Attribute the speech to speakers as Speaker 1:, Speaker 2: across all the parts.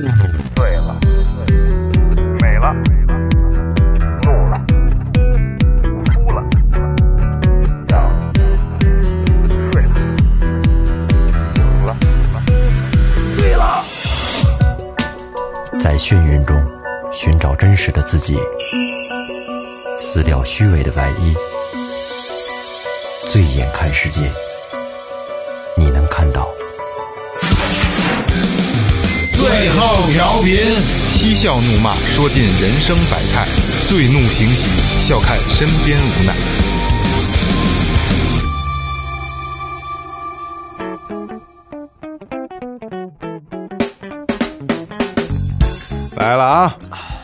Speaker 1: 了，美了，怒了，哭了，笑了，睡了，醒了，醉了。
Speaker 2: 在眩晕中寻找真实的自己，撕掉虚伪的外衣，醉眼看世界，你能看到。
Speaker 3: 最后调频，
Speaker 4: 嬉笑怒骂，说尽人生百态；醉怒行喜，笑看身边无奈。来了啊，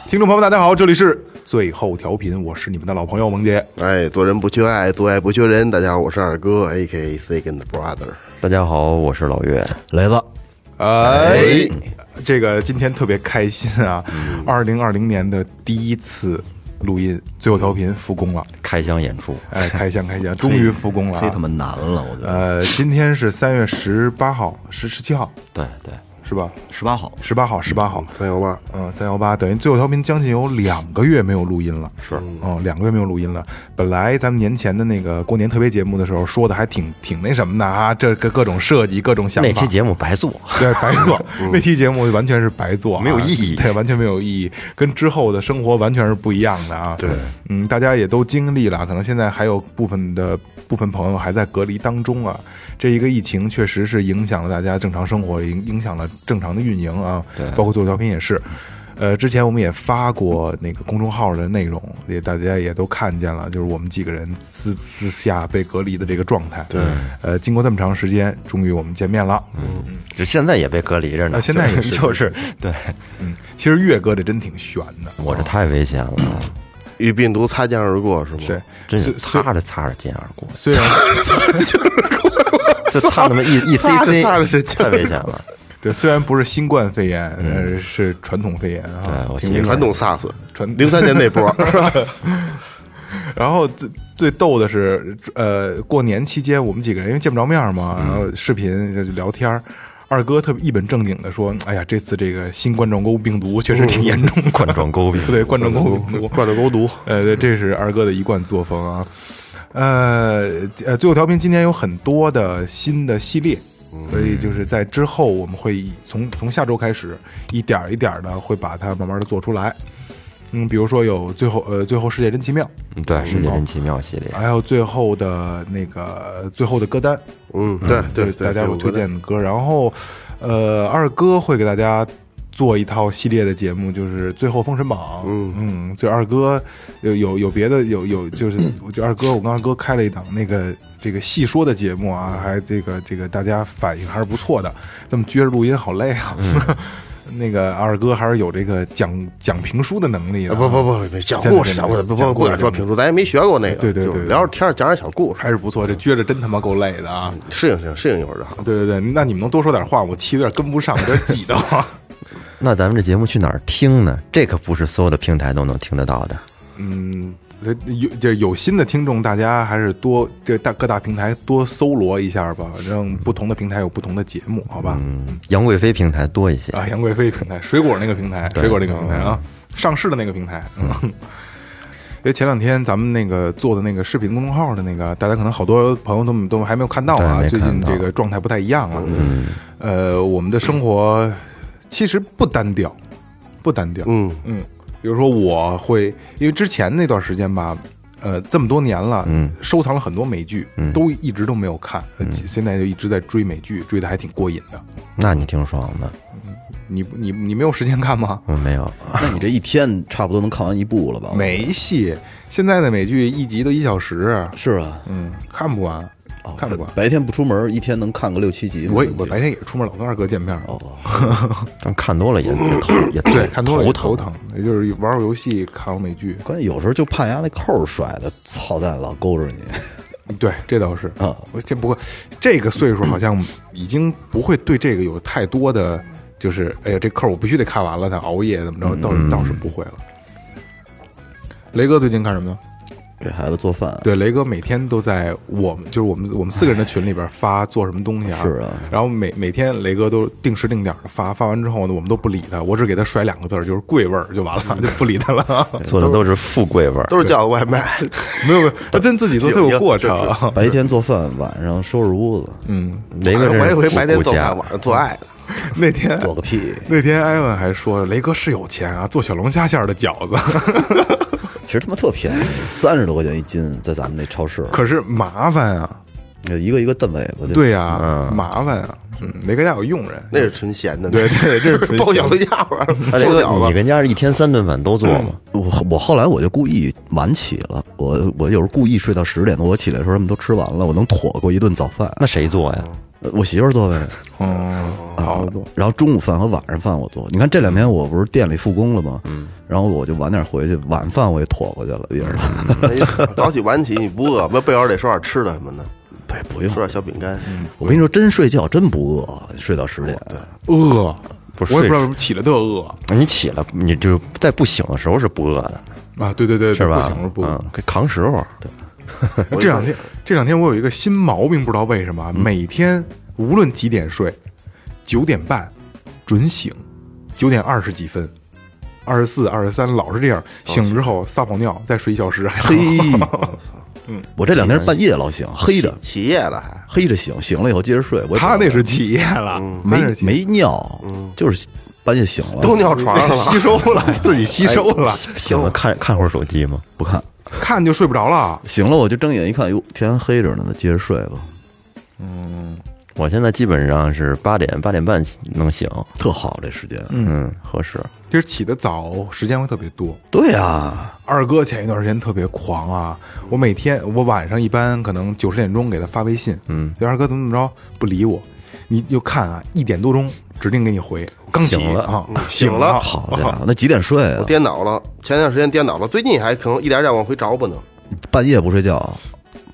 Speaker 4: 听众朋友们，大家好，这里是最后调频，我是你们的老朋友萌姐。
Speaker 5: 哎，做人不缺爱，做爱不缺人。大家好，我是二哥，A K Second Brother。
Speaker 6: 大家好，我是老岳。
Speaker 2: 雷子，
Speaker 5: 哎
Speaker 4: 哎，这个今天特别开心啊！二零二零年的第一次录音，最后调频复工了，
Speaker 6: 开箱演出，
Speaker 4: 哎，开箱开箱，终于复工了、
Speaker 6: 忒他
Speaker 4: 啊。
Speaker 6: 妈难了，我觉得。
Speaker 4: 呃，今天是三月十八号，十十七号
Speaker 6: 对对，
Speaker 4: 是吧？
Speaker 6: 十八号，
Speaker 4: 十八号，十八号，
Speaker 5: 三幺八，
Speaker 4: 嗯，三幺八等于最后调频将近有两个月没有录音了，是，哦，两个月没有录音了。本来咱们年前的那个过年特别节目的时候说的还挺挺那什么的啊，这个各种设计，各种想法。
Speaker 6: 那期节目白做。
Speaker 4: 对，白做那期节目完全是白做、
Speaker 6: 嗯
Speaker 4: 啊
Speaker 6: 没有意义
Speaker 4: 对，完全没有意义，跟之后的生活完全是不一样的啊。
Speaker 5: 对，
Speaker 4: 嗯，大家也都经历了，可能现在还有部分的部分朋友还在隔离当中啊。这一个疫情确实是影响了大家正常生活，影影响了正常的运营啊，包括做调频也是。呃，之前我们也发过那个公众号的内容，也大家也都看见了，就是我们几个人私私下被隔离的这个状态。对，呃，经过这么长时间，终于我们见面了。
Speaker 6: 就现在也被隔离着呢，
Speaker 4: 呃现在也
Speaker 6: 就是就是对，
Speaker 4: 嗯，其实岳哥这真挺悬的，
Speaker 6: 我这太危险了，
Speaker 5: 与病毒擦肩而过是吗？
Speaker 4: 对，，
Speaker 6: 真是
Speaker 4: 虽虽
Speaker 6: 擦着擦着肩而过，
Speaker 4: 虽然
Speaker 6: 就擦那么一一 cc，
Speaker 5: 擦着擦着
Speaker 6: 太危险了。
Speaker 4: 对虽然不是新冠肺炎，呃，是传统肺炎啊
Speaker 6: 嗯对，我
Speaker 4: 挺
Speaker 6: 媳妇
Speaker 5: 传统 SARS，
Speaker 4: 传
Speaker 5: 零三年那波，
Speaker 4: 然后最最逗的是，呃，过年期间我们几个人因为见不着面儿嘛，然
Speaker 6: 嗯
Speaker 4: 后视频就聊天儿。二哥特别一本正经的说：“哎呀，这次这个新冠状沟病毒确实挺严重的，
Speaker 6: 冠嗯状沟病
Speaker 4: 对冠状沟病毒，
Speaker 5: 灌着勾毒，
Speaker 4: 呃，对，这是二哥的一贯作风啊。呃呃，最后调频今年有很多的新的系列，所以就是在之后我们会以从从下周开始一点儿一点的会把它慢慢的做出来。嗯，比如说有最后呃最后世界真奇妙，
Speaker 6: 嗯啊对，世界真奇妙系列，
Speaker 4: 还有最后的那个呃最后的歌单，
Speaker 5: 嗯，对对对，
Speaker 4: 大家
Speaker 5: 对
Speaker 4: 会推荐的歌。然后呃二哥会给大家。做一套系列的节目，就是最后封神榜，
Speaker 5: 嗯
Speaker 4: 嗯，就二哥有有有别的有有 就是，我就二哥，我跟二哥开了一档那个这个细说的节目啊，还这个这个大家反应还是不错的，这么撅着录音好累啊。
Speaker 5: 嗯
Speaker 4: 那个二哥还是有这个讲讲评书的能力的、
Speaker 5: 啊不不不，讲故事讲故事，不不不敢说评书，咱也没学过那个，
Speaker 4: 对对对
Speaker 5: 就是聊着天儿讲点小故事，
Speaker 4: 还是不错，这撅着真他妈够累的啊！
Speaker 5: 适应适应适应一会儿就好。
Speaker 4: 对对对，那你们能多说点话？我气有点跟不上，有点挤得慌。
Speaker 6: 那咱们这节目去哪儿听呢？这可不是所有的平台都能听得到的。
Speaker 4: 嗯，呃有这有新的听众，大家还是多这大各大平台多搜罗一下吧，让不同的平台有不同的节目，好吧？
Speaker 6: 嗯，杨贵妃平台多一些。
Speaker 4: 啊，杨贵妃平台，水果那个平台，
Speaker 6: 对嗯
Speaker 4: 水果那个平台啊，上市的那个平台。嗯，因为前两天咱们那个做的那个视频公众号的那个，大家可能好多朋友都都还没有看到啊，
Speaker 6: 对没
Speaker 4: 最近
Speaker 6: 看到
Speaker 4: 这个状态不太一样了。嗯，呃，我们的生活其实不单调，不单调。
Speaker 5: 嗯，
Speaker 4: 嗯，比如说我会，因为之前那段时间吧，呃，这么多年了，嗯，收藏了很多美剧，
Speaker 6: 嗯
Speaker 4: 都一直都没有看，呃现在就一直在追美剧，追的还挺过瘾的。
Speaker 6: 那你挺爽的，
Speaker 4: 你你你没有时间看吗？
Speaker 6: 我没有。
Speaker 7: 那你这一天差不多能看完一部了吧？
Speaker 4: 没戏，现在的美剧一集都一小时，
Speaker 7: 是啊，
Speaker 4: 嗯，看不完，
Speaker 7: 哦
Speaker 4: 看不完。
Speaker 7: 白天不出门，一天能看个六七集。嗯
Speaker 4: 我
Speaker 7: 没问题
Speaker 4: 我白天也出门老跟二哥见面了，
Speaker 6: 但看多了也也头也头
Speaker 4: 对，看多了也
Speaker 6: 头
Speaker 4: 头疼，也就是玩会儿游戏，看会儿美剧，
Speaker 7: 关键有时候就怕人家那扣儿甩的，操蛋老勾着你。
Speaker 4: 对，这倒是
Speaker 7: 啊
Speaker 4: 我这不过这个岁数好像已经不会对这个有太多的，就是哎呀，这扣我必须得看完嗯了，他熬夜怎么着，倒是倒是不会了。雷哥最近看什么呢？
Speaker 7: 给孩子做饭，
Speaker 4: 对，雷哥每天都在我们就是我们我们四个人的群里边发做什么东西啊，
Speaker 7: 是啊，
Speaker 4: 然后每每天雷哥都定时定点的发，发完之后呢，我们都不理他，我只给他甩两个字儿，就是贵味儿就完了，就不理他了。
Speaker 6: 做的都是富贵味儿，
Speaker 5: 都是叫外卖，
Speaker 4: 没有没有，他真自己都特有过程啊，
Speaker 7: 白天做饭，晚上收拾屋子，
Speaker 4: 嗯
Speaker 6: 雷哥
Speaker 5: 我以为
Speaker 6: 这
Speaker 5: 白
Speaker 6: 是
Speaker 5: 天
Speaker 6: 顾
Speaker 5: 做
Speaker 6: 家
Speaker 5: 饭，，晚上做爱的，
Speaker 4: 那天
Speaker 7: 做个屁。
Speaker 4: 那天艾文还说雷哥是有钱啊，做小龙虾馅儿的饺子，
Speaker 7: 其实他妈特便宜，三十多块钱一斤，在咱们那超市，
Speaker 4: 可是麻烦啊，
Speaker 7: 一个一个炖尾巴就
Speaker 4: 对呀、麻烦啊，嗯，雷哥家有佣人，
Speaker 5: 那是纯闲的，
Speaker 4: 对对这是纯闲的
Speaker 5: 包饺子架玩
Speaker 6: 哎雷
Speaker 5: 做
Speaker 6: 哥，你
Speaker 5: 饺子，
Speaker 6: 跟家是一天三顿饭都做吗？
Speaker 7: 我我后来我就故意晚起了，我我有时候故意睡到十点多，我起来的时候他们都吃完了，我能妥过一顿早饭。
Speaker 6: 那谁做呀？
Speaker 7: 呃我媳妇儿做呗，
Speaker 6: 哦
Speaker 7: 啊
Speaker 4: 嗯，好多，
Speaker 7: 然后中午饭和晚上饭我做。你看这两天我不是店里复工了吗？嗯，然后我就晚点回去，晚饭我也妥过去了，也是。
Speaker 6: 嗯
Speaker 5: 哎 早起晚起你不饿，那背后得说点吃的什么的，
Speaker 7: 对，不用嗯
Speaker 5: 说。点小饼干，
Speaker 7: 我跟你说，真睡觉真不饿，啊睡到十点。
Speaker 4: 饿，
Speaker 6: 不是
Speaker 4: 我也不知
Speaker 6: 睡
Speaker 4: 道为什么起来都有饿
Speaker 6: 你起来，你就在不醒的时候是不饿的，
Speaker 4: 啊，对对对，
Speaker 6: 是吧？
Speaker 4: 不行不饿。
Speaker 6: 嗯，给扛时候，
Speaker 4: 这两天这两天我有一个新毛病，不知道为什么，啊
Speaker 7: 嗯
Speaker 4: 每天无论几点睡，九点半准醒，九点二十几分，二十四、二十三，老是这
Speaker 7: 哦
Speaker 4: 样。醒之后撒泡尿，再睡一小时，还
Speaker 7: 嘿，
Speaker 6: 嗯
Speaker 7: 我这两天半夜老醒，黑着
Speaker 5: 起夜了还。
Speaker 7: 黑着醒，醒了以后接着睡。我也
Speaker 4: 他
Speaker 7: 不知
Speaker 4: 那
Speaker 7: 道
Speaker 4: 是起夜了，他
Speaker 7: 没
Speaker 4: 那是起
Speaker 7: 没尿，
Speaker 6: 嗯
Speaker 7: 就是半夜醒了哎
Speaker 5: 都尿床上 了，
Speaker 4: 吸收了，自己吸收了，
Speaker 6: 醒了看看会儿手机吗？
Speaker 7: 不看，
Speaker 4: 看就睡不着了。
Speaker 7: 醒了我就睁眼一看，哟，天还黑着呢，那接着睡吧，
Speaker 6: 我现在基本上是八点八点半能醒，
Speaker 7: 特好这时间。
Speaker 6: 嗯，合适。
Speaker 4: 其实起得早，时间会特别多。
Speaker 7: 对啊，
Speaker 4: 二哥前一段时间特别狂啊，我每天我晚上一般可能九十点钟给他发微信，嗯，就二哥怎么怎么着不理我，你就看啊，一点多钟指定给你回，刚起
Speaker 6: 醒了
Speaker 4: 啊，
Speaker 5: 醒
Speaker 4: 了，
Speaker 5: 了
Speaker 7: 好家伙，那几点睡
Speaker 5: 我
Speaker 7: 啊？
Speaker 5: 颠倒了，前段时间颠倒了，最近还可能一点点往回找吧呢。
Speaker 7: 半夜不睡觉啊，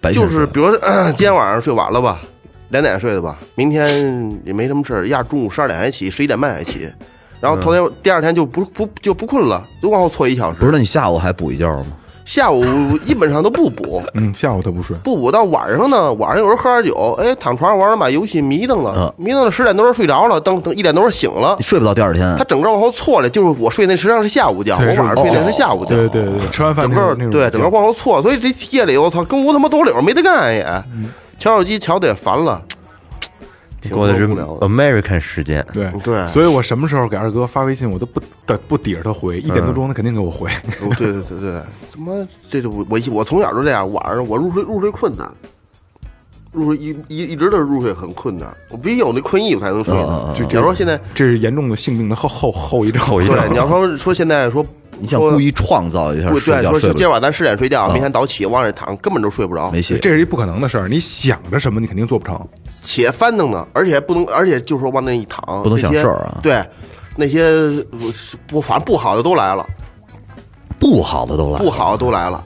Speaker 7: 白天
Speaker 5: 就是
Speaker 7: 睡
Speaker 5: 比如说、 呃今天晚上睡晚了吧，两点睡的吧，明天也没什么事儿，一下中午十二点还起，十一点半还起，然后头
Speaker 7: 嗯
Speaker 5: 天、第二天就不不就不困了，就往后错一小时
Speaker 7: 不。是？那你下午还补一觉吗？
Speaker 5: 下午基本上都不补，
Speaker 4: 嗯，下午他不睡，
Speaker 5: 不补到晚上呢，晚上有时候喝点酒，哎，躺床上玩玩把游戏迷瞪了，迷瞪了十点多钟睡着了，等等一点多钟醒了
Speaker 7: 你。睡不到第二天
Speaker 5: 他，整个往后错了，就是我睡那实际上是下午觉，我
Speaker 4: 对
Speaker 5: 晚上睡那
Speaker 4: 哦
Speaker 5: 是下午觉。
Speaker 4: 对对对，吃完饭
Speaker 5: 整
Speaker 4: 那种
Speaker 5: 个
Speaker 4: 那种
Speaker 5: 对整个往后错，所以这夜里我操，跟无他妈走柳儿没得干也。
Speaker 4: 嗯
Speaker 5: 瞧手机瞧得也烦了，挺
Speaker 6: 过的是
Speaker 5: 无聊的。
Speaker 6: American 时间，
Speaker 4: 对
Speaker 5: 对
Speaker 4: 所以我什么时候给二哥发微信，我都不得不抵着他回，一点多钟他肯定给我回，
Speaker 5: 哦对对对对，他妈这是我我我从小就这样，晚上我入睡入睡困难，入睡一一一直都是入睡很困难，我必须有那困意我才能睡呢。就假如说现在，
Speaker 4: 这是严重的性病的后后后遗症，
Speaker 6: 后一阵
Speaker 5: 对你要说说现在说，
Speaker 7: 你想
Speaker 5: 说
Speaker 7: 故意创造一下
Speaker 5: 对
Speaker 7: 睡
Speaker 5: 对，
Speaker 7: 觉
Speaker 5: 说
Speaker 7: 睡
Speaker 5: 今
Speaker 7: 不
Speaker 5: 今
Speaker 7: 着，啊
Speaker 5: 晚咱十点睡觉，明天早起往这躺，根本就睡不着。
Speaker 7: 没戏。
Speaker 4: 这是一不可能的事儿，你想着什么你肯定做不成，
Speaker 5: 且翻腾呢，而且不能，而且就是说往那一躺，
Speaker 7: 不能想
Speaker 5: 那些
Speaker 7: 事儿啊
Speaker 5: 对，那些呃不反正不好的都来了，
Speaker 7: 不好的都来，
Speaker 5: 不好的都来了。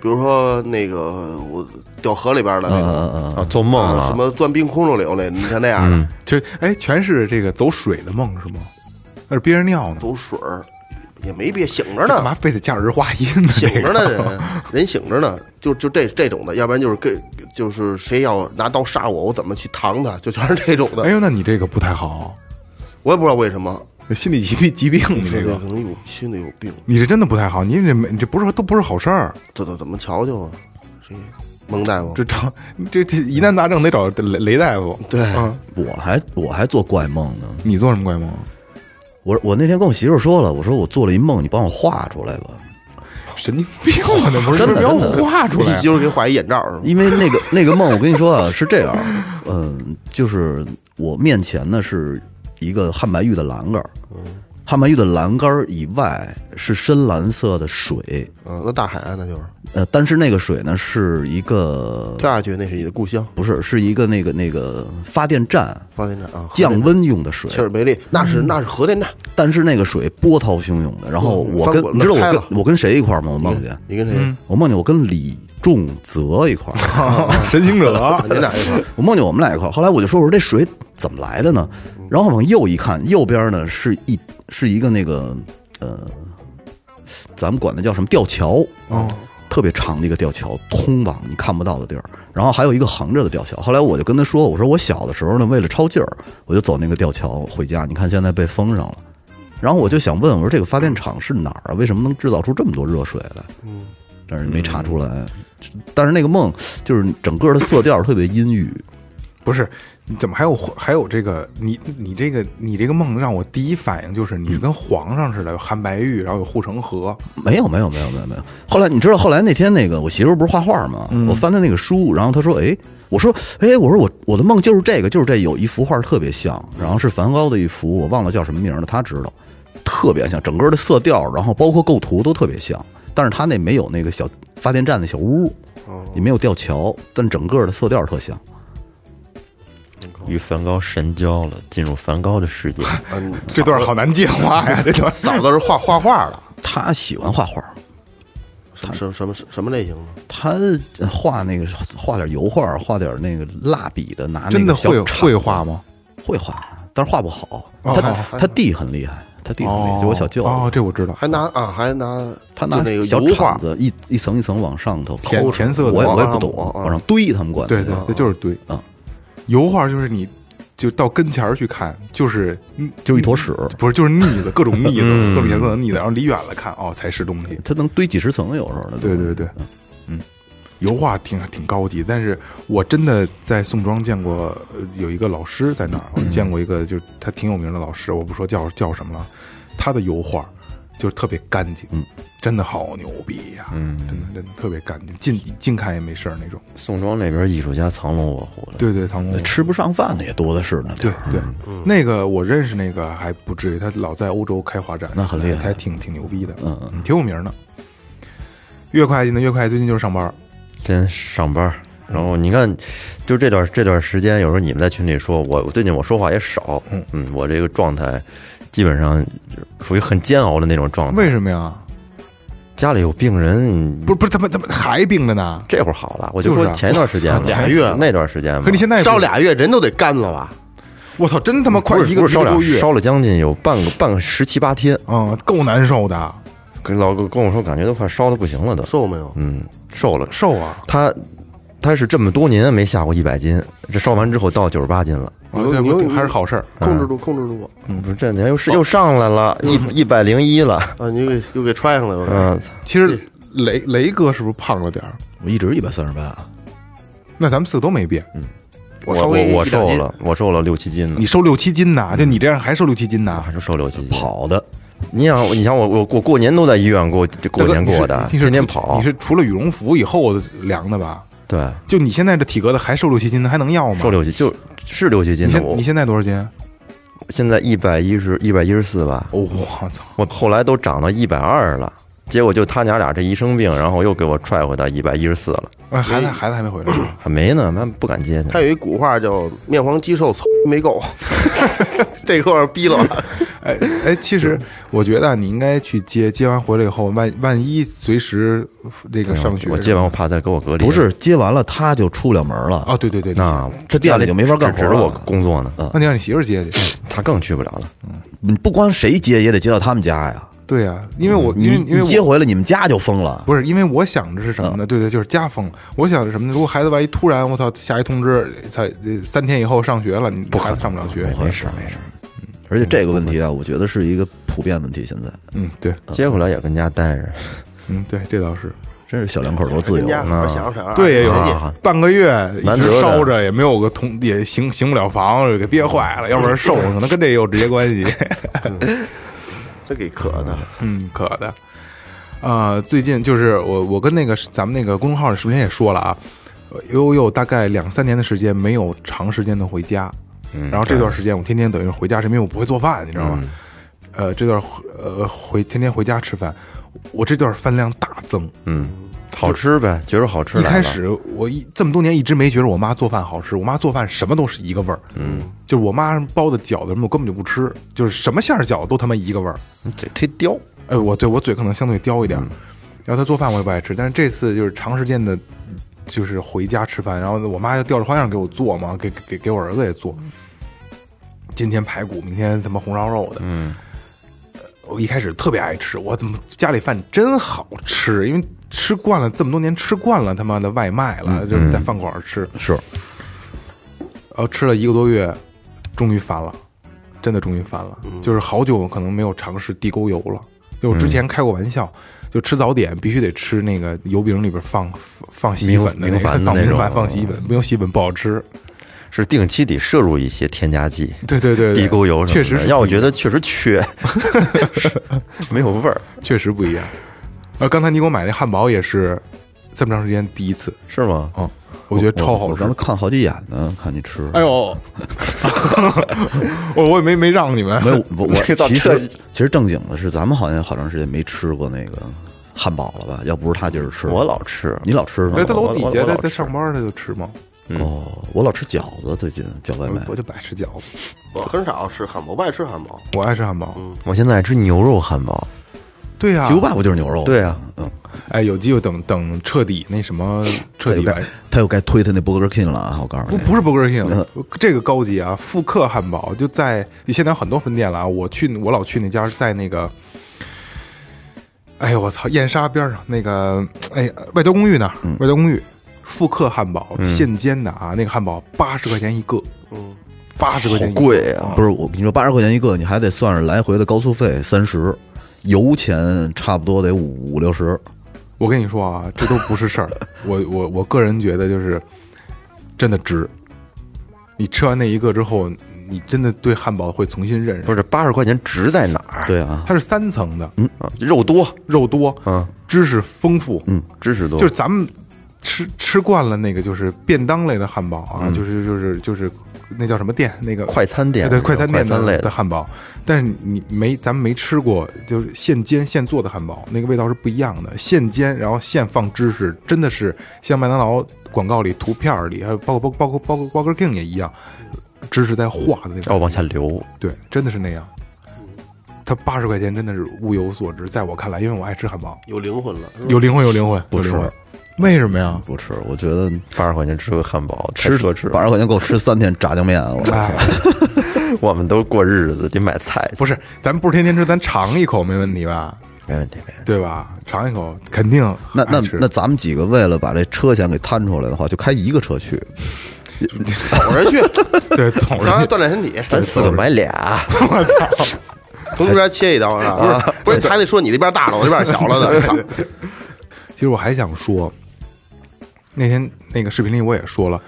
Speaker 5: 比如说那个我掉河里边的那
Speaker 7: 嗯，嗯
Speaker 5: 个，
Speaker 7: 嗯嗯
Speaker 6: 啊，做梦
Speaker 5: 啊什
Speaker 6: 了，
Speaker 5: 么钻冰空中流那，你看那样的
Speaker 4: 就哎全是这个走水的梦是吗？那是憋着尿呢。
Speaker 5: 走水儿，也没别醒着
Speaker 4: 这干嘛
Speaker 5: 呢，
Speaker 4: 非得加儿化音 呢？
Speaker 5: 醒着呢
Speaker 4: 这个
Speaker 5: 人人醒着呢，就就这这种的，要不然就是跟就是谁要拿刀杀我，我怎么去扛他，就全是这种
Speaker 4: 哎
Speaker 5: 的。
Speaker 4: 呦，那你这个不太好，
Speaker 5: 我也不知道为什么，
Speaker 4: 心理疾病疾病，你这
Speaker 5: 个
Speaker 4: 个
Speaker 5: 可能有心里有病。
Speaker 4: 你这真的不太好，你这没你这不是都不是好事儿，
Speaker 5: 这都怎么瞧瞧啊？谁蒙大夫？
Speaker 4: 这找这这疑难杂症得找雷雷大夫。
Speaker 5: 对
Speaker 4: 嗯，
Speaker 7: 我还我还做怪梦呢。
Speaker 4: 你做什么怪梦？
Speaker 7: 我我那天跟我媳妇儿说了，我说我做了一梦，你帮我画出来吧。
Speaker 4: 神经病啊！ 那不是
Speaker 7: 真的
Speaker 4: 不要
Speaker 7: 真的
Speaker 4: 画出来
Speaker 5: 你
Speaker 4: 啊。
Speaker 5: 就是给画一眼罩是吗？
Speaker 7: 因为那个 那个梦，我跟你说啊，是这样，嗯，就是我面前呢是一个汉白玉的栏杆儿，汉白玉的栏杆儿以外是深蓝色的水，
Speaker 5: 嗯，那大海啊那就是
Speaker 7: 呃，但是那个水呢是一个
Speaker 5: 跳下去，那是你的故乡
Speaker 7: 不是是一个那个那个发电站
Speaker 5: 发电站啊，
Speaker 7: 降温用的水，
Speaker 5: 切尔贝利，那是那是核电站。
Speaker 7: 但是那个水波涛汹涌的。然后
Speaker 5: 嗯
Speaker 7: 我
Speaker 5: 翻
Speaker 7: 跟
Speaker 5: 滚了
Speaker 7: 你知道我
Speaker 5: 开了嗯
Speaker 7: 跟我跟谁一块儿吗？我梦见
Speaker 5: 你跟谁？
Speaker 7: 我梦见我跟李仲泽一块儿。
Speaker 4: 神行者
Speaker 5: 啊，你俩一块儿。
Speaker 7: 我梦见我们俩一块儿，后来我就说我说这水怎么来的呢？然后往右一看，右边呢是一是一个那个呃，咱们管它叫什么吊桥，特别长的一个吊桥，通往你看不到的地儿。然后还有一个横着的吊桥。后来我就跟他说：“我说我小的时候呢，为了抄劲儿，我就走那个吊桥回家。你看现在被封上了。”然后我就想问，我说这个发电厂是哪儿啊？为什么能制造出这么多热水来？嗯，但是没查出来。但是那个梦就是整个的色调特别阴郁，
Speaker 4: 不是，你怎么还有还有这个？你你这个你这个梦让我第一反应就是你跟皇上似的，有韩白玉，然后有护城河，
Speaker 7: 没有没有没有没有没有。后来你知道，后来那天那个我媳妇儿不是画画吗？
Speaker 4: 嗯
Speaker 7: 我翻她那个书，然后她说：“哎，我说，哎，我说我我的梦就是这个，就是这有一幅画特别像，然后是梵高的一幅，我忘了叫什么名了，她知道，特别像，整个的色调，然后包括构图都特别像，但是她那没有那个小发电站的小屋，
Speaker 4: 哦
Speaker 7: 也没有吊桥，但整个的色调特像。
Speaker 6: 与梵高神交了，进入梵高的世 界。
Speaker 5: 嗯，
Speaker 4: 这段好难接话呀，这 段。
Speaker 5: 嫂子是画画画的，
Speaker 7: 她喜欢画画，
Speaker 5: 什什什么什么类型的？
Speaker 7: 他画那个画点油画，画点那个蜡笔的，拿那个
Speaker 4: 真的
Speaker 7: 小
Speaker 4: 会有
Speaker 7: 铲
Speaker 4: 会画吗？
Speaker 7: 会画，但是画不好。
Speaker 4: 哦
Speaker 7: 他他弟很厉害，他弟很厉害，就我小舅子，
Speaker 4: 哦，这我知道。
Speaker 5: 还拿啊，还拿
Speaker 7: 他拿
Speaker 5: 就那个
Speaker 7: 小
Speaker 5: 油画
Speaker 7: 铲，子一一层一层往上头
Speaker 4: 填
Speaker 7: 抠上
Speaker 4: 填色的
Speaker 7: 我也
Speaker 4: 往
Speaker 7: 我也
Speaker 4: 上
Speaker 7: 不懂，
Speaker 4: 抹啊
Speaker 7: 往上堆，他们管
Speaker 4: 对对
Speaker 7: 啊，
Speaker 4: 这就是堆
Speaker 7: 啊。
Speaker 4: 油画就是你就到跟前儿去看，就是
Speaker 7: 就是
Speaker 4: 嗯
Speaker 7: 一坨屎，
Speaker 4: 不是就是腻子，各种腻 子，
Speaker 7: 嗯
Speaker 4: 各种颜色的腻子，然后离远了看哦才是东西。
Speaker 7: 他能堆几十层，有时候的。
Speaker 4: 对对对，嗯，油画挺挺高级，但是我真的在宋庄见过呃有一个老师在那儿，我见过一个就是他挺有名的老师，我不说叫叫什么了，他的油画就是特别干净，嗯，真的好牛逼呀、嗯，真的真的特别干净，近近看也没事儿那种。
Speaker 6: 宋庄那边艺术家藏龙卧虎的，
Speaker 4: 对对，唐龙，
Speaker 7: 吃不上饭的也多的是呢。
Speaker 4: 对，对，
Speaker 6: 嗯
Speaker 4: 那个我认识那个还不至于，他老在欧洲开画展，
Speaker 7: 那很厉害
Speaker 4: 还挺挺牛逼的，
Speaker 7: 嗯嗯
Speaker 4: 挺有名的。岳会计呢？岳会计最近就是上班儿，
Speaker 6: 真上班儿。然后你看，就这段这段时间，有时候你们在群里说我，我最近我说话也少，嗯，我这个状态基本上就是属于很煎熬的那种状态。
Speaker 4: 为什么呀？
Speaker 6: 嗯家里有病人，
Speaker 4: 不是不是，他们他们还病着呢。
Speaker 6: 这会儿好了，我就
Speaker 4: 就是
Speaker 6: 说
Speaker 4: 啊
Speaker 6: 前一段时 间嘛，
Speaker 5: 俩月了
Speaker 6: 那段时间嘛，
Speaker 4: 可你现在
Speaker 5: 烧，俩月人都得干了吧？
Speaker 4: 我操，真他妈快
Speaker 6: 不是
Speaker 4: 一个
Speaker 6: 不是烧
Speaker 4: 一个
Speaker 6: 俩
Speaker 4: 多月，
Speaker 6: 烧了将近有半个半个十七八天，
Speaker 4: 嗯，够难受的，
Speaker 6: 跟老跟我说感觉都快烧的不行了都，
Speaker 5: 瘦没有？
Speaker 6: 嗯，瘦了，
Speaker 4: 瘦啊！
Speaker 6: 他他是这么多年没下过一百斤，这烧完之后到九十八斤了，
Speaker 5: 牛
Speaker 4: 对
Speaker 5: 牛
Speaker 4: 我还是好事儿，
Speaker 6: 嗯
Speaker 5: 控制住，控制住
Speaker 4: 嗯
Speaker 6: 不是这两天又是
Speaker 4: 哦
Speaker 6: 又上来了，一一百零一了，
Speaker 5: 啊！你给又给揣上来了，
Speaker 6: 嗯，
Speaker 4: 其实雷雷哥是不是胖了点儿？
Speaker 7: 我一直一百三十
Speaker 4: 嗯
Speaker 7: 八，
Speaker 4: 那咱们四个都没变，
Speaker 6: 嗯我
Speaker 5: 稍
Speaker 6: 我
Speaker 5: 微
Speaker 6: 我
Speaker 5: 一两
Speaker 6: 瘦
Speaker 5: 斤
Speaker 6: 了，我瘦了六七斤呢
Speaker 4: 你，瘦六七斤呐，就你这样还瘦六七斤
Speaker 6: 我
Speaker 4: 呐？
Speaker 6: 嗯还是瘦六七斤。
Speaker 7: 跑的
Speaker 6: 你想，你想我我过过年都在医院过这过年过的
Speaker 4: 大，哥你是你是
Speaker 6: 天天
Speaker 4: 除
Speaker 6: 跑
Speaker 4: 你，是除了羽绒服以后量的吧？
Speaker 6: 对，
Speaker 4: 就你现在这体格子还瘦六七斤的，还能要吗？
Speaker 6: 瘦六七就是六七斤
Speaker 4: 你
Speaker 6: 的。
Speaker 4: 现
Speaker 6: 我
Speaker 4: 你现在多少斤？啊
Speaker 6: 现在一百一十一百一十四吧，
Speaker 4: 哦，我操！
Speaker 6: 我后来都长到一百二了，结果就他娘俩这一生病，然后又给我踹回到一百一十四了，
Speaker 4: 哎，孩子孩子还没回来呢，
Speaker 6: 还没呢，妈不敢接去
Speaker 5: 他。有一古话叫“面黄肌瘦，操没够”， 这给我逼了吧？
Speaker 4: 哎哎，其实我觉得啊你应该去接，接完回来以后，万万一随时这个上学，
Speaker 6: 我接完我怕再给我隔离。
Speaker 7: 不是接完了他就出不了门了，
Speaker 4: 啊，对对对，
Speaker 6: 那
Speaker 7: 这店里就没法干
Speaker 6: 指
Speaker 7: 活
Speaker 6: 指着我
Speaker 7: 了。
Speaker 6: 工作呢，
Speaker 4: 那你让你媳妇儿接去，
Speaker 6: 他更去不了了。
Speaker 7: 你不光谁接也得接到他们家呀，
Speaker 4: 对呀、因为我因为
Speaker 7: 你
Speaker 4: 因为
Speaker 7: 你
Speaker 4: 我
Speaker 7: 接回来你们家就疯了。
Speaker 4: 不是，因为我想着是什么呢？对对，就是家风。我想着什么呢？如果孩子万一突然我操下一通知，才呃三天以后上学了，你孩子上不了学，
Speaker 6: 没事没事，
Speaker 7: 嗯而且这个问题啊，我觉得是一个普遍问题，现在
Speaker 4: 嗯，对，
Speaker 6: 接回来也跟家待着。
Speaker 4: 嗯，对，这倒是，
Speaker 7: 真是小两口多自
Speaker 5: 跟
Speaker 7: 由。
Speaker 5: 家好好想想想啊，
Speaker 4: 对，也有
Speaker 6: 啊
Speaker 4: 半个月一
Speaker 6: 难
Speaker 4: 直
Speaker 6: 得的
Speaker 4: 烧着，也没有个同也行行不了房，给憋坏了，要不然瘦了，可能跟这也有直接关 系。
Speaker 5: 这给渴的。
Speaker 4: 嗯，可的。呃，最近就是我我跟那个咱们那个公众号里视频也说了啊，呃悠悠大概两三年的时间没有长时间的回家，嗯，然后这段时间我天天等于是回家，是因为我不会做饭，你知道
Speaker 6: 嗯
Speaker 4: 吗？呃，这段回呃回天天回家吃饭，我这段饭量大增。
Speaker 6: 嗯，好吃呗，觉着好吃
Speaker 4: 一
Speaker 6: 来了。
Speaker 4: 开始我一这么多年一直没觉得我妈做饭好吃，我妈做饭什么都是一个味儿，嗯，就是我妈包的饺子什么我根本就不吃，就是什么馅儿饺子都他妈一个味儿，
Speaker 6: 这忒刁，
Speaker 4: 哎，我对我嘴可能相对刁一
Speaker 6: 嗯
Speaker 4: 点儿，然后他做饭我也不爱吃，但是这次就是长时间的，就是回家吃饭，然后我妈就吊着花样给我做嘛，给给给我儿子也做，今天排骨，明天他妈红烧肉的，嗯，我一开始特别爱吃，我怎么家里饭真好吃？因为吃惯了这么多年，吃惯了他妈的外卖了，
Speaker 6: 嗯
Speaker 4: 就是在饭馆吃。
Speaker 7: 是
Speaker 4: 然后吃了一个多月，终于烦了，真的终于烦了。
Speaker 6: 嗯
Speaker 4: 就是好久可能没有尝试地沟油了。就我之前开过玩笑，就吃早点必须得吃那个油饼里边放放洗衣粉的那
Speaker 6: 明
Speaker 4: 个，
Speaker 6: 明矾的
Speaker 4: 放
Speaker 6: 那
Speaker 4: 明
Speaker 6: 种
Speaker 4: 矾放洗衣粉，没有洗衣粉不好吃。
Speaker 6: 是定期得摄入一些添加剂，
Speaker 4: 对对对对
Speaker 6: 地沟油什么的，
Speaker 4: 确实是
Speaker 6: 让我觉得确实缺，没有味儿，
Speaker 4: 确实不一样。呃，刚才你给我买那汉堡也是这么长时间第一次，
Speaker 6: 是吗？
Speaker 4: 嗯，我觉得超好
Speaker 7: 我
Speaker 4: 吃
Speaker 7: 刚。才看好几眼呢，看你吃。
Speaker 4: 哎呦， 我我也没没让你 们，
Speaker 7: 没有，我
Speaker 6: 这
Speaker 7: 我
Speaker 6: 到
Speaker 7: 其
Speaker 6: 这
Speaker 7: 实其实正经的是，咱们好像好长时间没吃过那个汉堡了吧？要不是他就是吃，
Speaker 6: 我老吃，
Speaker 7: 你老吃
Speaker 4: 哎，
Speaker 7: 吗
Speaker 4: 在？楼底
Speaker 6: 我
Speaker 4: 下，
Speaker 6: 我
Speaker 4: 在
Speaker 6: 老
Speaker 4: 在
Speaker 6: 吃
Speaker 4: 上班，他就吃吗？
Speaker 7: 哦，我老吃饺子，最近叫外卖
Speaker 4: 我。我就不爱吃饺子，
Speaker 5: 我很少吃汉堡，我不爱吃汉堡。
Speaker 4: 我爱吃汉堡。
Speaker 6: 我现在爱吃牛肉汉堡，
Speaker 4: 对呀，
Speaker 7: 九百不就是牛肉？
Speaker 6: 对啊，
Speaker 4: 哎，有机会等等彻底那什么，彻
Speaker 7: 他
Speaker 4: 底
Speaker 7: 又
Speaker 4: 完
Speaker 7: 该。他又该推他那 Burger King 了啊！我告诉
Speaker 4: 不
Speaker 7: 你，
Speaker 4: 不是 Burger King，这个高级啊！复刻汉堡就在现在有很多分店了啊！我去，我老去那家是在那个，哎呦我操，燕莎边上那个，哎，外交公寓那儿，外交公寓复刻汉堡现煎的啊，那个汉堡八十块钱一个，嗯，八十块钱一个
Speaker 6: 好贵啊！
Speaker 7: 不是我跟你说，八十块钱一个，你还得算上来回的高速费三十，油钱差不多得五五六十。
Speaker 4: 我跟你说啊，这都不是事儿。我我我个人觉得就是真的值。你吃完那一个之后，你真的对汉堡会重新认识。
Speaker 6: 不是八十块钱值在哪儿？
Speaker 7: 对啊，
Speaker 4: 它是三层的，
Speaker 6: 啊肉多，
Speaker 4: 肉多，
Speaker 6: 嗯，
Speaker 4: 知识丰富，
Speaker 6: 嗯，知识多，
Speaker 4: 就是咱们吃吃惯了那个就是便当类的汉堡啊，就是就是就是那叫什么店那个
Speaker 6: 嗯快餐店
Speaker 4: 对
Speaker 6: 那种
Speaker 4: 快餐店
Speaker 6: 快餐类
Speaker 4: 的
Speaker 6: 的
Speaker 4: 汉堡，但是你没咱们没吃过就是现煎现做的汉堡，那个味道是不一样的。现煎然后现放芝士，真的是像麦当劳广告里图片里，还有包括包括包括包括 King 也一样，芝士在化的那
Speaker 6: 要
Speaker 4: 种，
Speaker 6: 往下流，
Speaker 4: 对，真的是那样。它八十块钱真的是物有所值，在我看来，因为我爱吃汉堡。
Speaker 5: 有灵魂了，
Speaker 4: 有灵魂，有灵魂，不灵魂。为什么呀？
Speaker 7: 不吃，我觉得
Speaker 6: 八十块钱吃个汉堡，太
Speaker 7: 吃
Speaker 6: 奢侈
Speaker 7: 八
Speaker 6: 了。
Speaker 7: 十块钱够吃三天炸酱面。 我操
Speaker 4: 哎，
Speaker 6: 我们都过日子，得买菜去，
Speaker 4: 不是，咱不是天天吃，咱尝一口没问题吧？
Speaker 6: 没问题，没问题。
Speaker 4: 对吧？尝一口肯定
Speaker 7: 那那
Speaker 4: 爱吃
Speaker 7: 那咱们几个为了把这车钱给摊出来的话，就开一个车去。
Speaker 5: 走着去，
Speaker 4: 对总
Speaker 5: 让他
Speaker 4: 是
Speaker 5: 锻炼身体，
Speaker 6: 咱四个买俩，
Speaker 5: 从中间切一刀是吧？不是，还得说你那边大了，我这边小了呢。
Speaker 4: 其实我还想说，那天那个视频里我也说了，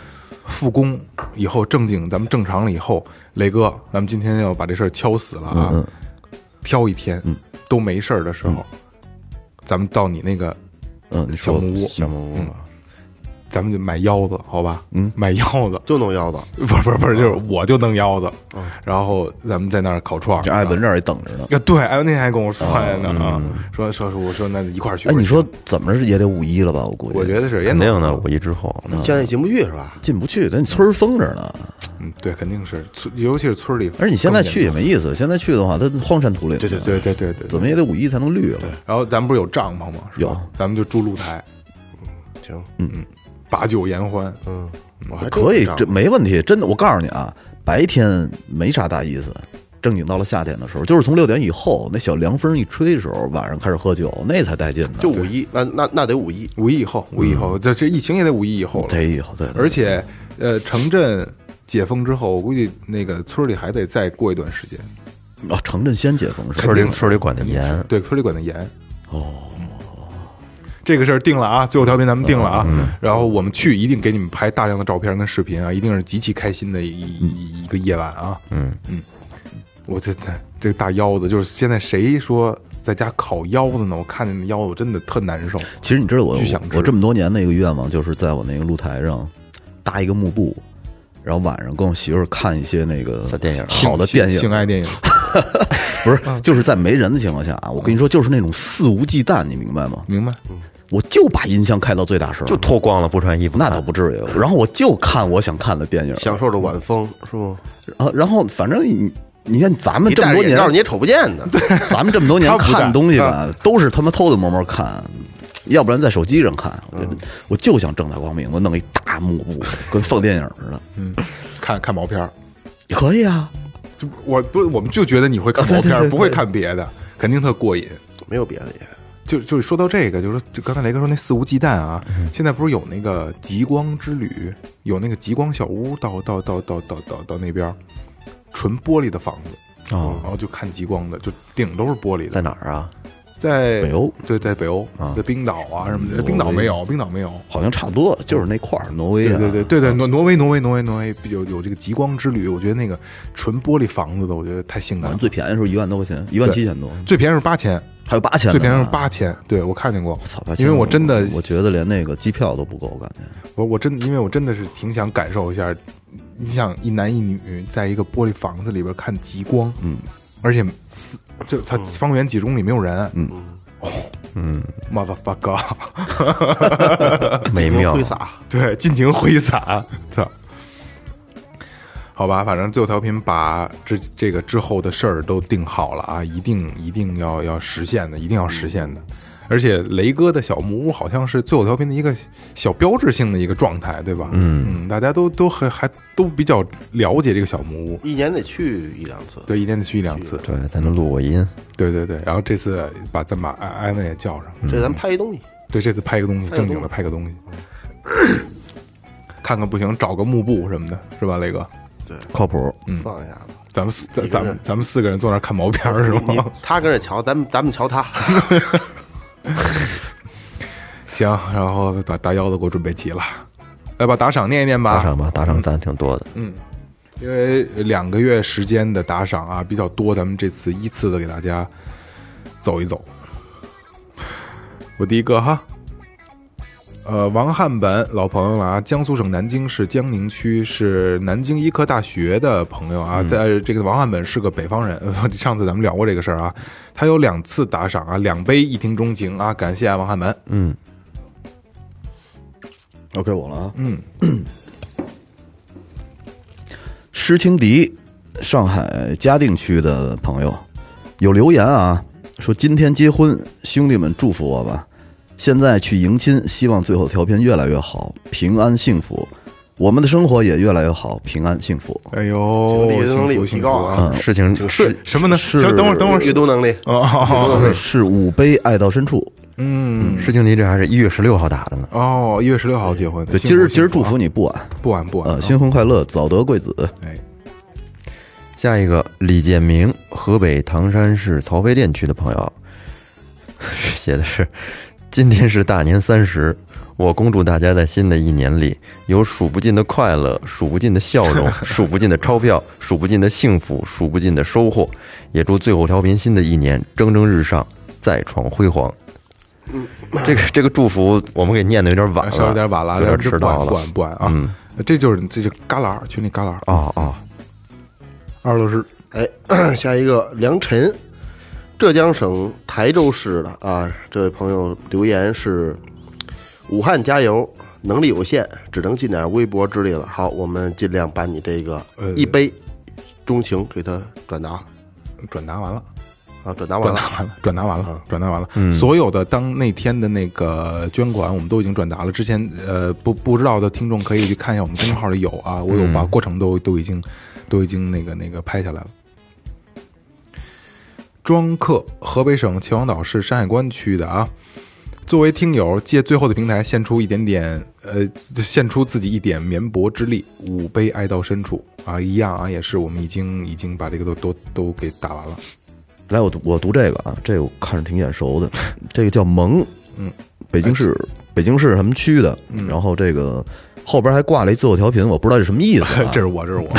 Speaker 4: 复工以后正经咱们正常了以后，雷哥，咱们今天要把这事儿敲死了啊！挑一天都没事儿的时候，咱们到你那个
Speaker 7: 嗯，你
Speaker 4: 小
Speaker 7: 说
Speaker 4: 木屋，嗯
Speaker 6: 小木屋嘛，
Speaker 4: 咱们就买腰子，好吧？嗯，买腰子，
Speaker 5: 就弄腰子，
Speaker 4: 不是不是不是，就是
Speaker 7: 嗯
Speaker 4: 我就弄腰子，然后咱们在那儿烤串
Speaker 7: 这
Speaker 4: 儿。
Speaker 7: 艾文这儿也等着呢。
Speaker 4: 啊，对，哎，那天还跟我说来呢啊，说说说，我说那一块儿去。
Speaker 7: 哎，你说怎么着也得五一了吧？我估计
Speaker 4: 我觉得是也
Speaker 6: 肯定
Speaker 4: 能
Speaker 6: 的。五一之后，
Speaker 5: 现在进不去是吧？
Speaker 7: 进不去，咱村儿封着呢。
Speaker 4: 嗯，对，肯定是村，尤其是村里。
Speaker 7: 而且你现在去也，没意思，现在去的话，它荒山土岭。
Speaker 4: 对对，对对对对。
Speaker 7: 怎么也得五一才能绿了。
Speaker 4: 然后咱们不是有帐篷吗？是吧
Speaker 7: 嗯有，
Speaker 4: 咱们就住露台，
Speaker 5: 行，
Speaker 4: 把酒言欢。
Speaker 5: 嗯，我还真
Speaker 7: 可以
Speaker 5: 不，知
Speaker 7: 这
Speaker 5: 道
Speaker 7: 没问题，真的。我告诉你啊，白天没啥大意思，正经到了夏天的时候，就是从六点以后，那小凉风一吹的时候，晚上开始喝酒，那才带劲呢。
Speaker 5: 就五一，那那那得五一，
Speaker 4: 五一以后，五一以后，这这疫情也得五一以后了。
Speaker 7: 得以嗯哎后对，对
Speaker 4: 而且，呃，城镇解封之后，我估计那个村里还得再过一段时间。
Speaker 7: 啊，城镇先解封是吧
Speaker 6: 村里村里管的严，
Speaker 4: 对，村里管的严。哦，这个事儿定了啊，最后调频咱们定了
Speaker 7: 嗯
Speaker 4: 啊。然后我们去一定给你们拍大量的照片跟视频啊，一定是极其开心的一一一个夜晚啊。嗯嗯，我这这这个大腰子，就是现在谁说在家烤腰子呢？我看见那腰子我真的特难受。
Speaker 7: 其实你知道我
Speaker 4: 巨想吃
Speaker 7: 我这么多年的一个愿望，就是在我那个露台上搭一个幕布，然后晚上跟我媳妇儿看一些那个
Speaker 6: 小电影
Speaker 7: 好的电
Speaker 4: 性性
Speaker 7: 影，
Speaker 4: 爱电 影，
Speaker 7: 不是就是在没人的情况下啊，我跟你说，就是那种肆无忌惮，你明白吗？
Speaker 4: 明白？
Speaker 7: 我就把音箱开到最大声，
Speaker 6: 就脱光了不穿衣服，
Speaker 7: 那倒不至于。然后我就看我想看的电影
Speaker 5: 享受着晚风是吗？
Speaker 7: 啊，然后反正你你看咱们
Speaker 5: 你
Speaker 7: 这么
Speaker 5: 戴
Speaker 7: 多
Speaker 5: 着眼罩你也
Speaker 7: 年，
Speaker 5: 瞅不见呢。
Speaker 7: 咱们这么多年
Speaker 4: 他不戴
Speaker 7: 看东西吧，都是他妈偷偷摸摸看。要不然在手机上看，我觉得我就想正大光明的弄一大幕布，跟放电影似的。
Speaker 4: 看看毛片儿，
Speaker 7: 可以啊，
Speaker 4: 就我不，我们就觉得你会看毛片
Speaker 7: 啊对对
Speaker 4: 儿，
Speaker 7: 对
Speaker 4: 不会看别的。肯定特过瘾。
Speaker 5: 没有别的也。
Speaker 4: 就就是说到这个，就是说就刚才雷哥说那肆无忌惮啊，
Speaker 7: 嗯
Speaker 4: 现在不是有那个极光之旅，有那个极光小屋到到到到到到到那边儿，纯玻璃的房子，
Speaker 6: 哦
Speaker 4: 然后就看极光的，就顶都是玻璃的，
Speaker 6: 在哪儿啊？
Speaker 4: 在
Speaker 7: 北欧，
Speaker 4: 对，在北欧，
Speaker 6: 啊
Speaker 4: 在冰岛啊什么的，
Speaker 7: 嗯
Speaker 4: 冰岛
Speaker 7: 挪威
Speaker 4: 没有，冰岛没有，
Speaker 7: 好像差不多就是那块儿，挪威
Speaker 4: 对
Speaker 7: 啊，
Speaker 4: 对对对对，挪挪威挪威挪威挪威有有这个极光之旅，我觉得那个纯玻璃房子的，我觉得太性
Speaker 7: 好
Speaker 4: 感
Speaker 7: 像
Speaker 4: 了。
Speaker 7: 啊最便宜的时候一万多块钱，一万七千多，
Speaker 4: 最便宜是八千，
Speaker 7: 还有八千，啊
Speaker 4: 最便宜是，八千，对我看见过
Speaker 7: 操，八，千
Speaker 4: 因为我真的
Speaker 7: 我觉得连那个机票都不够，我感觉
Speaker 4: 我我真因为我真的是挺想感受一下，你想一男一女在一个玻璃房子里边看极光，嗯，而且四就它方圆几公里没有人，嗯，哦，嗯，motherfucker，
Speaker 6: 美妙
Speaker 5: 挥，洒，
Speaker 4: 啊 对，尽情挥洒，操。好吧，反正最后调频把这这个之后的事儿都定好了啊，一定一定要要实现的，一定要实现的。而且雷哥的小木屋好像是最后调频的一个小标志性的一个状态，对吧？嗯大家都都还还都比较了解这个小木屋，
Speaker 5: 一年得去一两次。
Speaker 4: 对，一天得去一两次，
Speaker 6: 对，才能录过音。
Speaker 4: 对对对。然后这次把咱把艾艾文也叫上，
Speaker 5: 这咱拍一东西，
Speaker 4: 对，这次拍个东西，
Speaker 5: 拍个
Speaker 4: 正经的
Speaker 5: 东西
Speaker 4: 拍个东西， 看看不行，找个幕布什么的，是吧，雷哥？
Speaker 7: 靠谱。
Speaker 5: 放一下子。
Speaker 4: 咱们四咱咱们咱们四个人坐那儿看毛片 儿是
Speaker 5: 你
Speaker 4: 吗？
Speaker 5: 他跟着瞧，咱们咱们瞧他。
Speaker 4: 行，然后把大腰子给我准备齐了，来把打赏念一念吧。
Speaker 6: 打赏吧，打赏咱挺多的，
Speaker 4: 因为两个月时间的打赏啊比较多，咱们这次依次的给大家走一走。我第一个哈，呃，王汉本老朋友了啊，江苏省南京市江宁区是南京医科大学的朋友啊，在、这个王汉本是个北方人，上次咱们聊过这个事儿啊，他有两次打赏啊，两杯一听钟情啊，感谢啊王汉本，
Speaker 6: 嗯，
Speaker 7: OK，我了啊，
Speaker 4: 嗯，
Speaker 7: 施清迪，上海嘉定区的朋友有留言啊，说今天结婚，兄弟们祝福我吧。现在去迎亲，希望最后调频越来越好，平安幸福，我们的生活也越来越好，平安幸福。
Speaker 4: 哎呦，
Speaker 5: 阅读能力有
Speaker 4: 幸福
Speaker 5: 提高啊
Speaker 4: 啊，
Speaker 6: 嗯事情
Speaker 4: 是什么呢？
Speaker 7: 是
Speaker 4: 行，等会儿等会儿
Speaker 5: 阅读能力，
Speaker 4: 哦哦，哦
Speaker 7: 是五杯爱到深处。
Speaker 4: 嗯，
Speaker 6: 事情离这还是一月十六号打的呢。
Speaker 4: 哦，一月十六号结婚，
Speaker 7: 对，
Speaker 4: 幸
Speaker 7: 今儿
Speaker 4: 福
Speaker 7: 今儿祝
Speaker 4: 幸
Speaker 7: 福你不晚，
Speaker 4: 啊不晚不晚啊
Speaker 7: 呃，，新婚快乐，早得贵子。
Speaker 4: 哎，
Speaker 6: 下一个李建明，河北唐山市曹妃甸区的朋友，写的是：今天是大年三十，我恭祝大家在新的一年里有数不尽的快乐、数不尽的笑容、数不尽的钞票、数不尽的幸福、数不尽的收获，也祝最后调频新的一年蒸蒸日上，再创辉煌。这个这个祝福我们给念的有点晚了，
Speaker 4: 嗯稍微有点晚了，
Speaker 6: 有点
Speaker 4: 这
Speaker 6: 迟
Speaker 4: 不晚
Speaker 6: 到
Speaker 4: 不
Speaker 6: 了
Speaker 4: 晚不晚啊，
Speaker 6: 嗯
Speaker 4: 这就是这就旮旯儿群里旮旯儿
Speaker 6: 哦哦，
Speaker 4: 二楼是
Speaker 5: 哎，下一个梁晨，浙江省台州市的啊，这位朋友留言是：武汉加油，能力有限，只能尽点微薄之力了。好，我们尽量把你这个
Speaker 4: 呃
Speaker 5: 一杯钟情给他转达
Speaker 4: 转达完了，
Speaker 5: 啊，转达完
Speaker 4: 转
Speaker 5: 了嗯
Speaker 4: 达。完了，转达完了，转达完了，所有的当那天的那个捐款我们都已经转达了，之前呃不不知道的听众可以去看一下我们公众号里有啊，我
Speaker 5: 嗯
Speaker 4: 有把过程都都已经都已经那个那个拍下来了。庄客，河北省秦皇岛市山海关区的啊。作为听友，借最后的平台献出一点点，呃，献出自己一点绵薄之力，五杯爱到深处啊，一样啊，也是我们已经已经把这个都都都给打完 了。
Speaker 7: 来，我读我读这个啊，这个我看着挺眼熟的， 这个叫蒙，
Speaker 4: 嗯，，
Speaker 7: 北京市北京市什么区的，然后这个后边还挂了一最后调频，我不知道这什么意思、啊
Speaker 4: 这是我，这是我，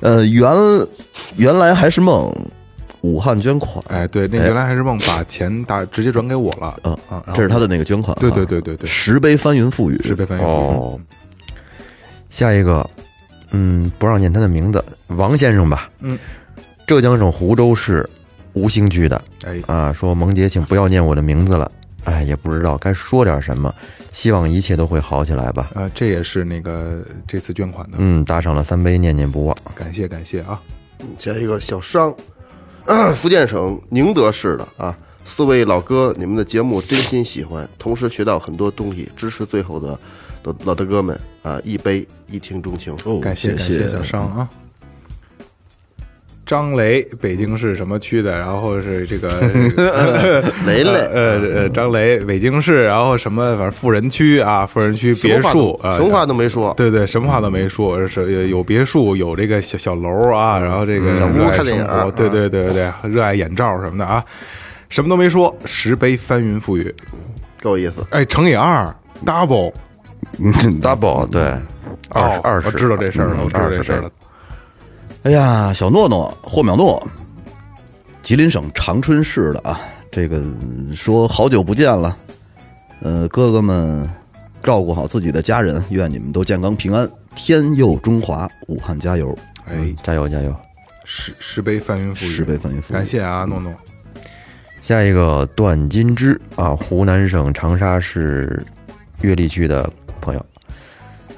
Speaker 7: 呃，原原来还是梦，武汉捐款，
Speaker 4: 哎，对，那原来还是梦把钱打直接转给我了，
Speaker 7: 嗯
Speaker 4: 啊，然后
Speaker 7: 这是他的那个捐款、啊，
Speaker 4: 对对对对对，
Speaker 7: 十杯翻云覆雨，
Speaker 4: 是被翻译
Speaker 6: 哦，下一个，嗯，不让念他的名字，王先生吧。
Speaker 4: 嗯，
Speaker 6: 浙江省湖州市吴兴区的
Speaker 4: 哎，
Speaker 6: 啊，说萌姐，请不要念我的名字了。哎，也不知道该说点什么，希望一切都会好起来吧。
Speaker 4: 呃，这也是那个这次捐款的，
Speaker 6: 嗯，打赏了三杯，念念不忘。
Speaker 7: 嗯
Speaker 4: 感谢感谢啊，
Speaker 5: 下一个小商，啊福建省宁德市的啊，四位老哥，你们的节目真心喜欢，同时学到很多东西，支持最后的老老大哥们啊，一杯一听钟情。
Speaker 7: 哦，
Speaker 4: 感谢
Speaker 7: 谢
Speaker 4: 感谢小商啊，张雷，北京市什么区的？然后是这 个
Speaker 5: 雷雷
Speaker 4: 呃呃，张雷，北京市，然后什么，反正富人区啊，富人区别墅啊，
Speaker 5: 什么话都没说，
Speaker 4: 对对，什么话都没说，是有别墅，有这个小小楼啊，然后这
Speaker 6: 嗯
Speaker 4: 个
Speaker 5: 小屋
Speaker 4: 热爱
Speaker 5: 看
Speaker 4: 生
Speaker 5: 电影
Speaker 6: 啊
Speaker 4: 活，对对对对，热爱眼罩什么的啊，什么都没说，石碑翻云覆雨，
Speaker 5: 够意思。
Speaker 4: 哎，乘以二，double，
Speaker 6: double 对，二十
Speaker 4: 哦
Speaker 6: 二十，
Speaker 4: 我知道这事儿了，
Speaker 6: 嗯
Speaker 4: 我知道这事儿了。，
Speaker 7: 哎呀，小诺诺，霍淼诺，吉林省长春市的啊，这个说好久不见了，呃，哥哥们照顾好自己的家人，愿你们都健康平安，天佑中华，武汉加油！
Speaker 4: 哎，
Speaker 6: 嗯加油加油！
Speaker 4: 石石碑翻云覆雨，
Speaker 7: 石碑翻云覆雨
Speaker 4: 感谢啊，诺诺，
Speaker 6: 下一个段金枝啊，湖南省长沙市岳麓区的朋友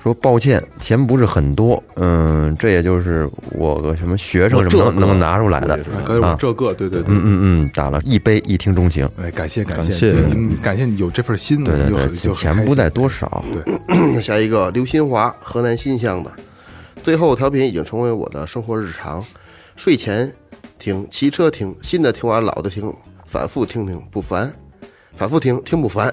Speaker 6: 说：“抱歉，钱不是很多，嗯，这也就是我个什么学生
Speaker 7: 我
Speaker 6: 什么
Speaker 7: 这
Speaker 6: 能能拿出来的
Speaker 7: 我也，是
Speaker 4: 哎感谢我这个，对对对，
Speaker 6: 嗯嗯嗯，打了一杯一听钟情，
Speaker 4: 哎，感谢感
Speaker 7: 感
Speaker 4: 谢
Speaker 7: 谢
Speaker 4: 嗯感谢你有这份心，
Speaker 6: 对对
Speaker 4: 就很
Speaker 6: 对，
Speaker 4: 就很
Speaker 6: 钱
Speaker 4: 开
Speaker 6: 不
Speaker 4: 心
Speaker 6: 在多少，
Speaker 5: 下一个刘新华，河南新乡的，最后调频已经成为我的生活日常，睡前听，骑车听，新的听完老的听，反复听听不烦，反复听听不烦，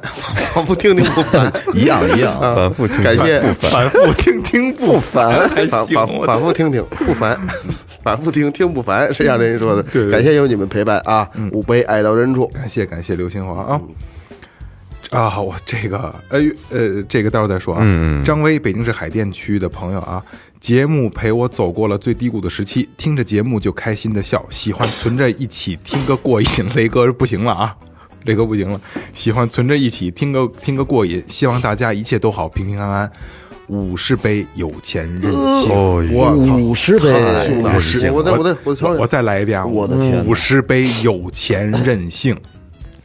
Speaker 5: 反复听听不烦，
Speaker 7: 一样一样，
Speaker 5: 啊
Speaker 6: 反复听
Speaker 5: 感谢
Speaker 4: 反复听听不
Speaker 5: 烦，
Speaker 4: 行
Speaker 5: 反反
Speaker 4: 我嗯
Speaker 5: 反复听听不烦，反复听听不烦，是像人说的。
Speaker 4: 对对嗯
Speaker 5: 感谢有你们陪伴啊，五杯爱到深处。
Speaker 4: 感谢感谢刘新华啊。啊，我这个，哎呃，这个到时候再说啊。张威，北京市海淀区的朋友啊，节目陪我走过了最低谷的时期，听着节目就开心的笑，喜欢存着一起听个过瘾。雷哥不行了啊， 雷哥不行了，喜欢存着一起听个听个过瘾。希望大家一切都好，平平安安。五十杯有钱任性，
Speaker 6: 哦
Speaker 4: 我操！
Speaker 7: 五十
Speaker 4: 哎
Speaker 5: 哎
Speaker 7: 杯，
Speaker 5: 我我得我得我
Speaker 4: 我
Speaker 5: 得
Speaker 4: 我再来一遍啊！
Speaker 7: 我的天哪
Speaker 4: 五十杯有钱 任性。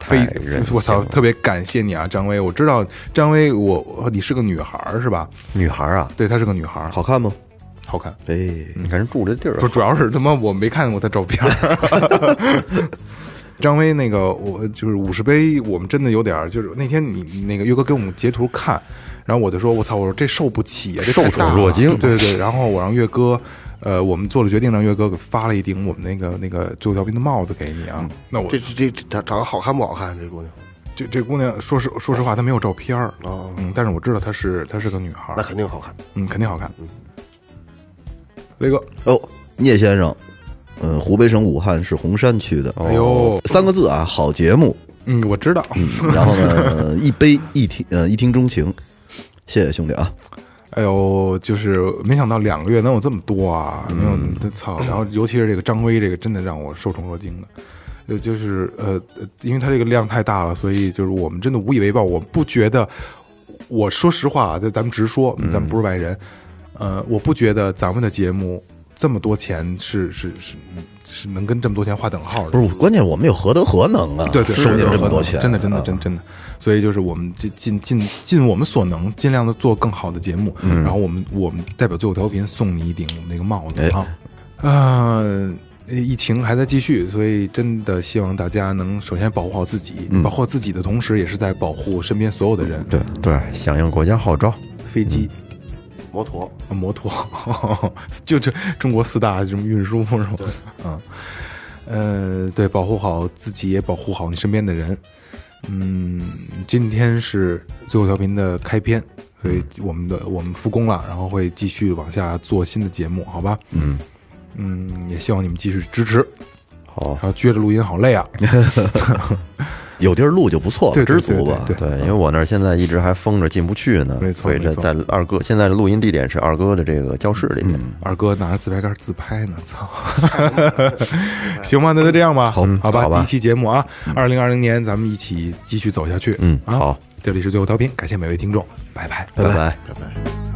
Speaker 4: 非
Speaker 6: 太任性
Speaker 4: 我操！
Speaker 6: 了
Speaker 4: 特别感谢你啊，张威！我知道张威，我我你是个女孩儿是吧？
Speaker 6: 女孩啊，
Speaker 4: 对，她是个女孩儿，
Speaker 7: 好看吗？
Speaker 4: 好看。
Speaker 7: 哎，
Speaker 6: 你看人住这地儿
Speaker 4: 不，主要是他妈我没看过她照 片儿。张威，那个我就是五十杯，我们真的有点儿，就是那天你你那个岳哥给我们截图看，然后我就说，我操，我说这受不起啊，这
Speaker 6: 受
Speaker 4: 太
Speaker 6: 宠
Speaker 4: 大了嗯
Speaker 6: 若惊
Speaker 4: 对对对，然后我让岳哥。呃，我们做了决定，让岳哥给发了一顶我们那个那个最后调兵的帽子给你啊。那我
Speaker 5: 这这这长长得好看不好看？这姑娘
Speaker 4: 这这姑娘，说实说实话，她没有照片儿，嗯，但是我知道她是她是个女孩
Speaker 5: 那
Speaker 4: 儿，
Speaker 5: 肯定好看。
Speaker 4: 嗯，肯定好看。雷哥，
Speaker 7: 哦，聂先生，呃，湖北省武汉市洪山区的，
Speaker 4: 哎呦，
Speaker 7: 三个字啊，好节目，
Speaker 4: 嗯，我知道，
Speaker 7: 然后呢， 一杯一听，呃，一听钟情，谢谢兄弟啊，
Speaker 4: 哎呦，就是没想到两个月能有这么多啊！没有，操！然后尤其是这个张威，这个真的让我受宠若惊的。呃，就是呃，呃因为他这个量太大了，所以就是我们真的无以为报。我不觉得，我说实话，啊，就咱们直说，咱们不是外人。呃，我不觉得咱们的节目这么多钱是是是是能跟这么多钱划等号的。
Speaker 7: 不是，关键我们有何德何能啊？
Speaker 4: 对对，
Speaker 7: 收进
Speaker 4: 是
Speaker 7: 这么多钱，
Speaker 4: 真的真的
Speaker 7: 啊
Speaker 4: 真真的。所以就是我们尽尽尽尽我们所能，尽量的做更好的节目。
Speaker 7: 嗯
Speaker 4: 然后我们我们代表最后调频送你一顶我们那个帽子啊。
Speaker 7: 哎
Speaker 4: 呃，疫情还在继续，所以真的希望大家能首先保护好自己，
Speaker 7: 嗯
Speaker 4: 保护好自己的同时，也是在保护身边所有的人。对，
Speaker 6: 对，响应国家号召，
Speaker 4: 飞机、
Speaker 5: 摩托
Speaker 4: 摩托， 就这中国四大什么运输是吗？嗯，呃，对，保护好自己，也保护好你身边的人。嗯，今天是最后调频的开篇，所以我们的我们复工了，然后会继续往下做新的节目，好吧？嗯嗯，也希望你们继续支持。
Speaker 6: 好
Speaker 4: 然，后撅着录音好累啊，
Speaker 7: 有地儿录就不错了，
Speaker 4: 对
Speaker 7: 知
Speaker 4: 对对
Speaker 7: 足吧
Speaker 4: 对。
Speaker 6: 对，因为我那儿现在一直还封着进不去呢，
Speaker 4: 没错
Speaker 6: 所以这
Speaker 4: 没错嗯
Speaker 6: 在二哥现在的录音地点是二哥的这个教室里面。
Speaker 4: 二哥拿着自拍杆自拍呢，操！ 行吧，那就这样吧，好嗯好吧，
Speaker 6: 好吧
Speaker 4: 第一期节目啊，二零二零年咱们一起继续走下去，
Speaker 6: 嗯
Speaker 4: 啊
Speaker 6: 好，
Speaker 4: 这里是最后调频，感谢每位听众，拜拜，
Speaker 6: 拜拜。
Speaker 5: 拜拜。